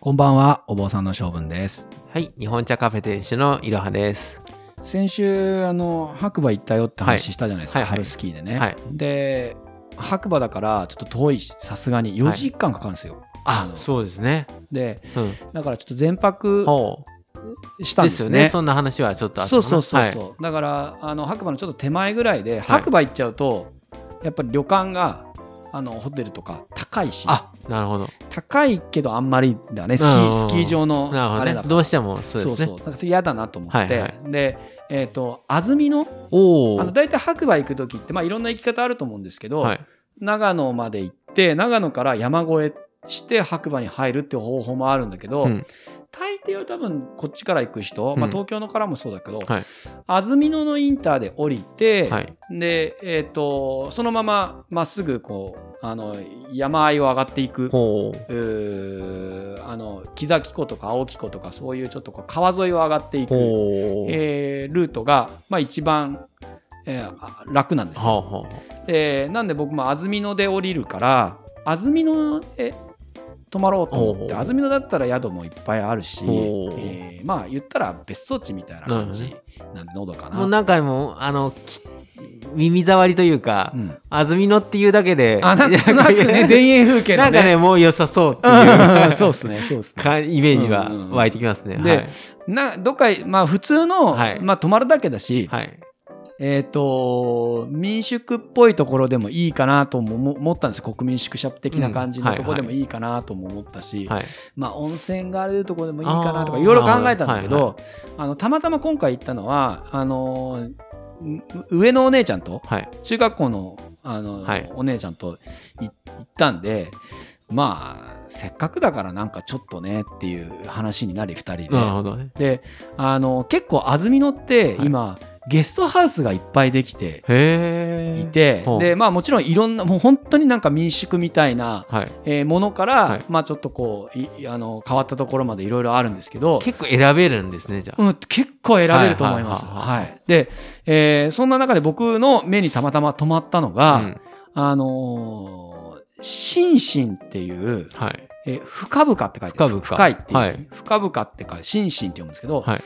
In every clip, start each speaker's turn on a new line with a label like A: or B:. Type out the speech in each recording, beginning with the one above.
A: こんばんは、お坊さんの性分です。
B: はい、日本茶カフェ店主のいろはです。
A: 先週、あの白馬行ったよって話したじゃないですか、
B: はいはいはい
A: 春スキーでね。
B: はい
A: で、白馬だからちょっと遠いし、さすがに4時間かかるんですよ。あの
B: そうですね。
A: で、
B: うん。
A: だからちょっと全泊
B: ほ
A: した
B: うんで
A: ですす
B: よ
A: ね。
B: ね。そんな話はちょっとあっ
A: そう
B: たかな
A: そうそう
B: はい
A: そう、だからあの白馬のちょっと手前ぐらいで白馬行っちゃうと、やっぱり旅館があのホテルとか高いし
B: あ、なるほど。
A: 高いけどあんまりだねスキ
B: うんうんう
A: ー
B: ん
A: スキー場の
B: なるほ
A: あ
B: ど
A: れ
B: ね
A: だから
B: どうしてもそうですね。
A: そうそうだからそれ嫌だなと思って、
B: はいはい
A: でえっ、と安曇野
B: おお。
A: あの大体白馬行く時って、まあ、いろんな行き方あると思うんですけど、
B: はい。
A: 長野まで行って長野から山越えして白馬に入るっていう方法もあるんだけど、
B: うん
A: 大抵は多分こっちから行く人、
B: うん
A: まあ、東京のからもそうだけど、
B: はい
A: 安曇野のインターで降りて、
B: はい。
A: で、えー、とそのまままっすぐこうあの山あいを上がっていく
B: ほう。
A: うーあの木崎湖とか青木湖とかそういうちょっとこう川沿いを上がっていく、
B: ほう。
A: えールートが、まあ、一番、えーあ楽なんですよ
B: は。あは
A: でなんで僕も安曇野で降りるから安曇野へ泊まろうと思っ
B: ほう
A: て
B: ほう
A: 安曇野だったら宿もいっぱいあるし、え
B: ほう
A: ーまあ言ったら別荘地みたいな感じなんでのどか
B: あ。
A: な。
B: もうなんかもうあのき耳障りというか、
A: うん
B: 安曇野っていうだけで、
A: あなん となくね田園風景
B: な
A: の
B: んか
A: ね
B: ねもう良さそうって
A: う
B: い
A: ん
B: う
A: そうですねそう ですね。
B: かイメージが湧いてきますね。
A: うんうんうんなどっかまあ普通の、
B: はい
A: まあ泊まるだけだし、
B: はい。はい。
A: えっ、と民宿っぽいところでもいいかなとも思思ったんです国民宿舎的な感じのところでもいいかなとも思ったし、
B: はい。
A: まあ、温泉があるところでもいいかなとか
B: あー
A: いろいろ考えたんだけど、
B: なるほ
A: あのたまたま今回行ったのはあのーん上のお姉ちゃんと
B: はい。
A: 中学校のあのー、
B: はい
A: お姉ちゃんとい行ったんでまあせっかくだからなんかちょっとねっていう話になり2人で。
B: なるほどね。
A: であの結構安曇野って
B: はい
A: 今、ゲストハウスがいっぱいできて
B: へえ。
A: いて、
B: ほう
A: でまあもちろんいろんなもう本当になんか民宿みたいな
B: はい。
A: えーものから、
B: はい
A: まあちょっとこういあの変わったところまでいろいろあるんですけど、
B: 結構選べるんですねじゃあ。
A: うん、結構選べると思います。
B: はいは
A: は
B: い
A: いで、えーそんな中で僕の目にたまたま止まったのが、
B: うん
A: あのー心身っていう、
B: はい。
A: えー深々って書いてある。
B: 深々
A: 深いっていう、
B: はい
A: 深々って書いて、心身って読むんですけど、
B: はい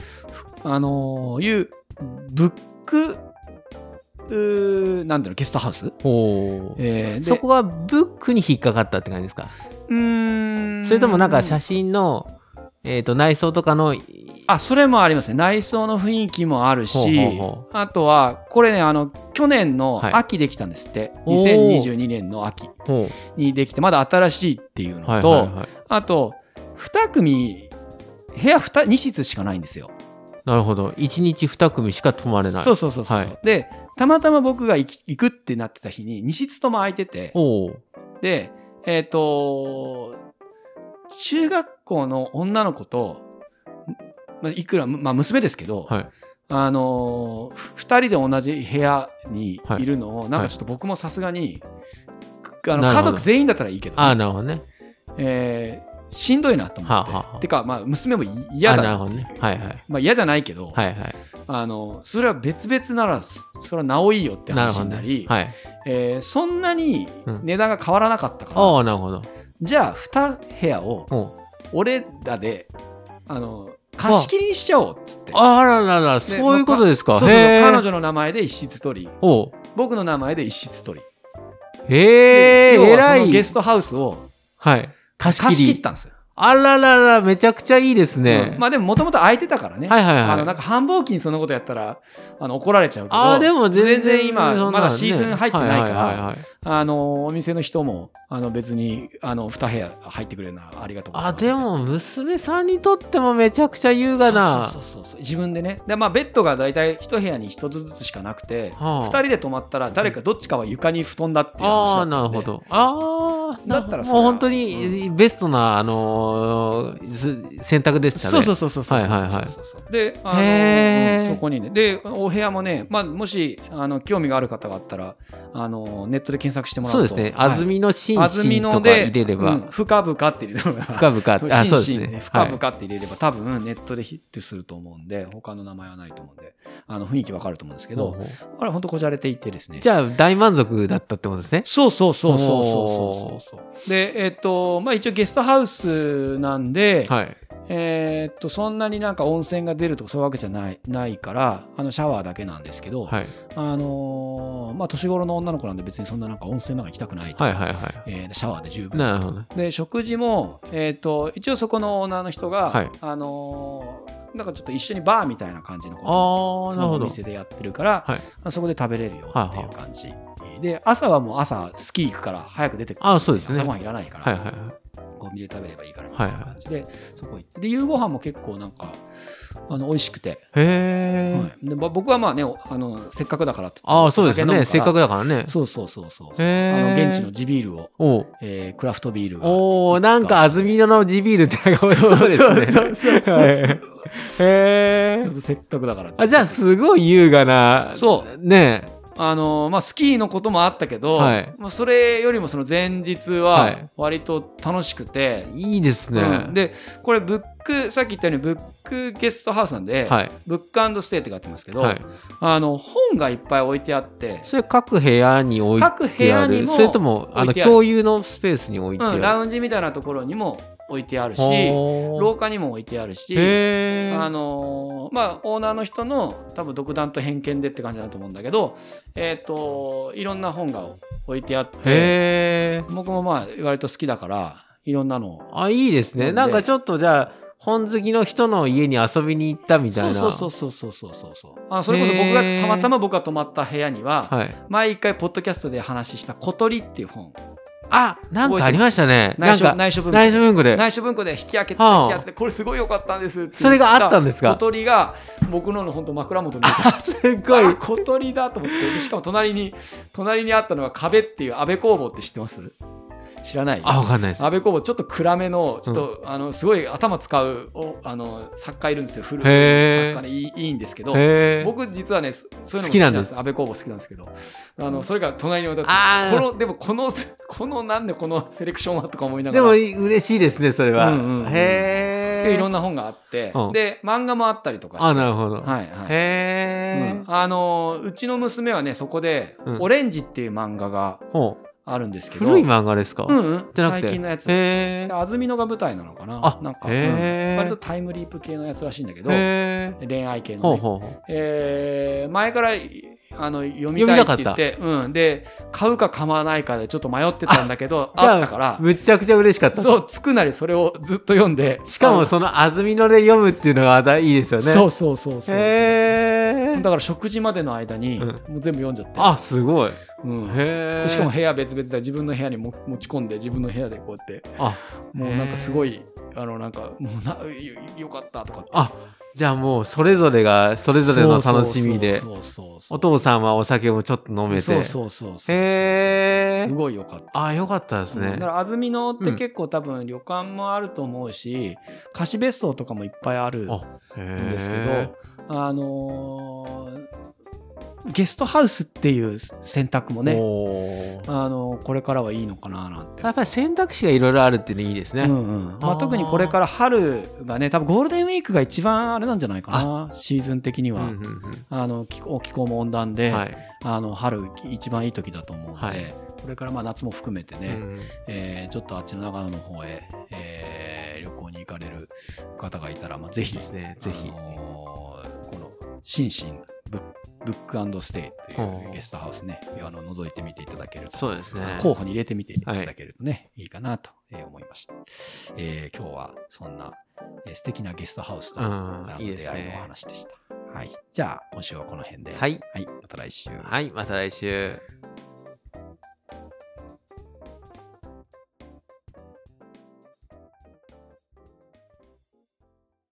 A: あのーいう、ブック、うーなんだろう、ゲストハウス、
B: ほう。
A: えーで
B: そこがブックに引っかかったって感じですか
A: うーん
B: それともなんか写真の、えー、と内装とかの
A: あそれもありますね内装の雰囲気もあるし
B: ほうほうほ
A: あとはこれねあの去年の
B: はい
A: 秋できたんですって、
B: おー
A: 2022年の秋
B: ほ
A: にできてまだ新しいっていうの
B: う
A: と、
B: はいはいはい
A: あと2組部屋 2, 2室しかないんですよ。
B: なるほど1日2組しか泊まれない
A: そうそうそうそう、
B: はい
A: でたまたま僕が行き行くってなってた日に2室とも空いてて
B: おう
A: でえっ、と中学校の女の子と、まあ、いくら、まあ、娘ですけど、
B: はい
A: あのー、ふ二人で同じ部屋に
B: はい
A: いるのを、なんかちょっと僕もさすがに、くあの
B: なる
A: 家
B: ほど
A: 族全員だったらいいけど、
B: ああなるほどね
A: えーしんどいなと思って。
B: はあはあはあ
A: てか、まあ、娘もい嫌だ
B: あ
A: な
B: なるほどねはいはい
A: まあ、嫌じゃないけど、
B: はいはい
A: あのそれは別々ならそれはなおいいよって
B: なる
A: 話
B: ほど
A: にな
B: ね
A: り
B: はい
A: えーそんなに
B: うん
A: 値段が変わらなかったから、
B: ああなるほど
A: じゃあ2部屋を
B: おう
A: 俺らであの貸し切りにしちゃおうっつって
B: あらららそういうことですか
A: そうそう
B: へえ
A: 彼女の名前で一室取り
B: おう
A: 僕の名前で一室取り。
B: へえ
A: で要は
B: 偉
A: その
B: い
A: ゲストハウスを
B: はい貸し切り
A: 貸し切ったんですよ。
B: あらららめちゃくちゃいいですね、
A: うんまあでももともと空いてたからね。
B: はいはいはい
A: あのなんか繁忙期にそのことやったらあの怒られちゃうけど。
B: あーでも全然
A: 全然今
B: そんな
A: まだシーズン入ってないから
B: ねはいはいはいはい
A: あのお店の人もあの別にあの2部屋入ってくれるのはありがとうござい
B: あ
A: ます。
B: でも娘さんにとってもめちゃくちゃ優雅な
A: そうそうそうそう自分でね。でまあベッドが大体1部屋に1つずつしかなくて。
B: は
A: 2
B: あ
A: 人で泊まったら誰かどっちかは床に布団だっていう話
B: あ
A: だ
B: あ
A: ったんで
B: ーなるほどああ
A: だったらそれ
B: も
A: は
B: う本当にベストな、あのーす選択でしたね
A: そうそうそうそうそうそ
B: は
A: う
B: いはいはい
A: そうそうであの
B: へー
A: うんそこにねでお部屋もね、まあ、もしあの興味がある方があったらあのネットで検索してもらう
B: そ
A: と
B: うですね安
A: はい
B: 曇野新
A: 安曇
B: 新と
A: 野
B: か
A: で
B: 入れれば、
A: うん深々って入れれば
B: 深々あ
A: 心
B: そうです
A: 身
B: ね
A: で
B: は
A: 深
B: い
A: 々って入れれば、多分ネットでヒットすると思うんで他の名前はないと思うんであの雰囲気わかると思うんですけ
B: け
A: ど、あれ本当こじゃれていてですね。
B: じゃあ大満足だったってことですね。
A: そうそうそうそうそうそうそう。で、えっ、と、まあ一応ゲストハウスなんで、
B: はい。
A: えっと、そんなになんか温泉が出るとかそういうわけじゃない、ないから、あのシャワーだけなんですけど、
B: はい。
A: あのーまあ年頃の女の子なんで別にそんななんか温泉なんか行きたくないと、
B: はいはいは
A: えーシャワーで十
B: い。
A: 分。
B: なるほどね。
A: で、食事も、えっと、一応そこの女の人が、
B: はい
A: あのーなんかちょっと一緒にバーみたいな感じのことを
B: ああ、
A: そ
B: な
A: の
B: るほ
A: お
B: ど。
A: 店でやってるから、
B: はい
A: まあそこで食べれるよっていう感じ、で朝はもう朝スキー行くから早く出てくる
B: あそうですね
A: 朝ごはんいらないから、
B: はいはいは
A: コンビニで食べればいいからみたいな感じで、そこ行ってで夕ご飯も結構なんかあの美味しくて、
B: い。へ
A: は
B: え。
A: いでま僕はまあねおあのせっかくだからって
B: ああ、そうですよね。
A: お酒
B: せ
A: 飲
B: っ
A: むか
B: からくだからね。
A: そうそうそうそう、
B: へ
A: あ
B: ー
A: の現地の地ビールを、
B: おう
A: えークラフトビールが
B: おおなんか安曇野の地ビールってなんか美味し
A: そ
B: そう
A: う
B: で
A: そう
B: す
A: そ
B: ね
A: う。そうそう
B: はい へえ
A: ちょっ。とせっかくだからって
B: あじゃあすごい優雅な
A: そう
B: ね
A: あのまあ、スキーのこともあったけど、
B: はい
A: まあ、それよりもその前日
B: は
A: はい割と楽しくて
B: え、いいですね、
A: うんでこれブックさっき言ったようにブックゲストハウスなんで、
B: はい
A: ブックステイって書いてますけど、
B: はい
A: あの本がいっぱい置いてあって、
B: それ各部屋に置いてある
A: 各部屋にも
B: それとも
A: 置
B: あ
A: い
B: の
A: てある
B: 共有のスペースに置いてある、
A: うん、ラウンジみたいなところにも置いてあるし
B: ほー
A: 廊下にも置いてあるし。
B: へー
A: あのーまあ、オーナーの人の多分独断と偏見でって感じだと思うんだけど、えー、といろんな本が置いてあって
B: へー
A: 僕もまあ割と好きだからいろんなのを
B: あいいですね
A: うん
B: なんかちょっとじゃあ本好きの人の家に遊びに行ったみたい
A: そう
B: な
A: そうそうそうそうそうそうそうあそれこそ僕が
B: へー
A: たまたま僕が泊まった部屋には、
B: はい、
A: 毎回ポッドキャストで話した「小鳥」っていう本
B: あなんかありましたねな
A: 内
B: ん
A: 緒
B: か
A: 内緒文庫
B: 内緒文庫で
A: 内緒文庫で引き当てて引き
B: はあ
A: 当ててこれすごい良かったんですって言った
B: それがあったんですか
A: 小鳥が僕のの本当枕元に
B: あす
A: すご
B: ごい
A: い小鳥だと思ってでしかも隣に隣にあったのが壁っていう安倍工房って知ってます知らない
B: あわかんないです
A: 安倍工房ちょっと暗めのちょっと、あのすごい頭使うおあの作家いるんですよ古い
B: へー
A: 作家でいいいいんですけど
B: へー
A: 僕実はねそそういうのも好き
B: 好き
A: な
B: なんん
A: で
B: です
A: 安倍工房好きなんですけどあのそれが隣に置いてあっ
B: あ
A: て
B: ー
A: このでもこの このなんでこのセレクションはとか思いなが
B: で
A: ら
B: も嬉しいですねそれは、
A: うんうんうん
B: へ
A: で
B: え
A: いろんな本があって、
B: うん
A: で漫画もあったりとかして
B: あなるほど、
A: はいはい
B: へえ、
A: うんあのうちの娘はねそこで
B: う
A: 「
B: ん
A: オレンジ」っていう漫画が
B: ほう
A: あるんですけど
B: 古い漫画ですか、
A: うん
B: じ
A: うん
B: ゃなくて
A: 最近のやつで
B: へえ
A: 安曇野が舞台なのかな
B: あ
A: なんか、
B: へ
A: う
B: ー
A: ん割とタイムリープ系のやつらしいんだけど
B: へえ
A: 恋愛系の、ね
B: ほうほうほう
A: えー前からあの読みたいって言ってうん、で買うか買わないかでちょっと迷ってたんだけど
B: じ
A: あっ
B: ゃあ
A: たから
B: むちゃくちゃ嬉しかった
A: そうつくなりそれをずっと読んで
B: し
A: あ
B: か
A: の
B: もその安曇野で読むっていうのがまたいいですよね
A: そうそうそうそう
B: へえ
A: だから食事までの間に
B: うん
A: もう全部読んじゃって、
B: あすごい
A: うん
B: へえ
A: しかも部屋別々だ自分の部屋にも持ち込んで自分の部屋でこうやって
B: あ
A: もうなんかすごいあのなんかもうなよよかったとか
B: あじゃあもうそれぞれがそれぞれの楽しみで
A: そうそうそう
B: お父さんはお酒もちょっと飲めて
A: そうそうそうそう
B: へえ
A: すごいよかった
B: あよかったです
A: うん
B: ね
A: だか、ら安曇野って結構多分旅館もあると思うし、貸し別荘とかもいっぱいあるん
B: あへえ
A: ですけど、あのーゲストハウスっていう選択もね、
B: おー
A: あのーこれからはいいのかななんて
B: やっぱり選択肢がいろいろあるっていうのいいですね、
A: うんうんまあ、
B: あー
A: 特にこれから春がね多分ゴールデンウィークが一番あれなんじゃないかなシーズン的には、
B: うんうんうん
A: あの気候気候も温暖で、
B: はい
A: あの春一番いい時だと思うので、
B: はい
A: これからまあ夏も含めてね、
B: うん
A: えーちょっとあっちの長野の方へ、えー旅行に行かれる方がいたら、まあ、ぜ
B: いい
A: ひ、
B: ですねぜひ
A: あのーこの心身ブッブックステイっていうゲストハウスねあの覗いてみていただけると
B: そうですね
A: 候補に入れてみていただけるとね、い、いかなとえー思いました。えー今日はそんなえー素敵なゲストハウスと
B: う
A: の
B: ん
A: あの
B: いいです
A: 出会いのお
B: ね
A: 話でした。はい。じゃあ、今週はこの辺で。
B: はい
A: はい。また来週。
B: はいまた来週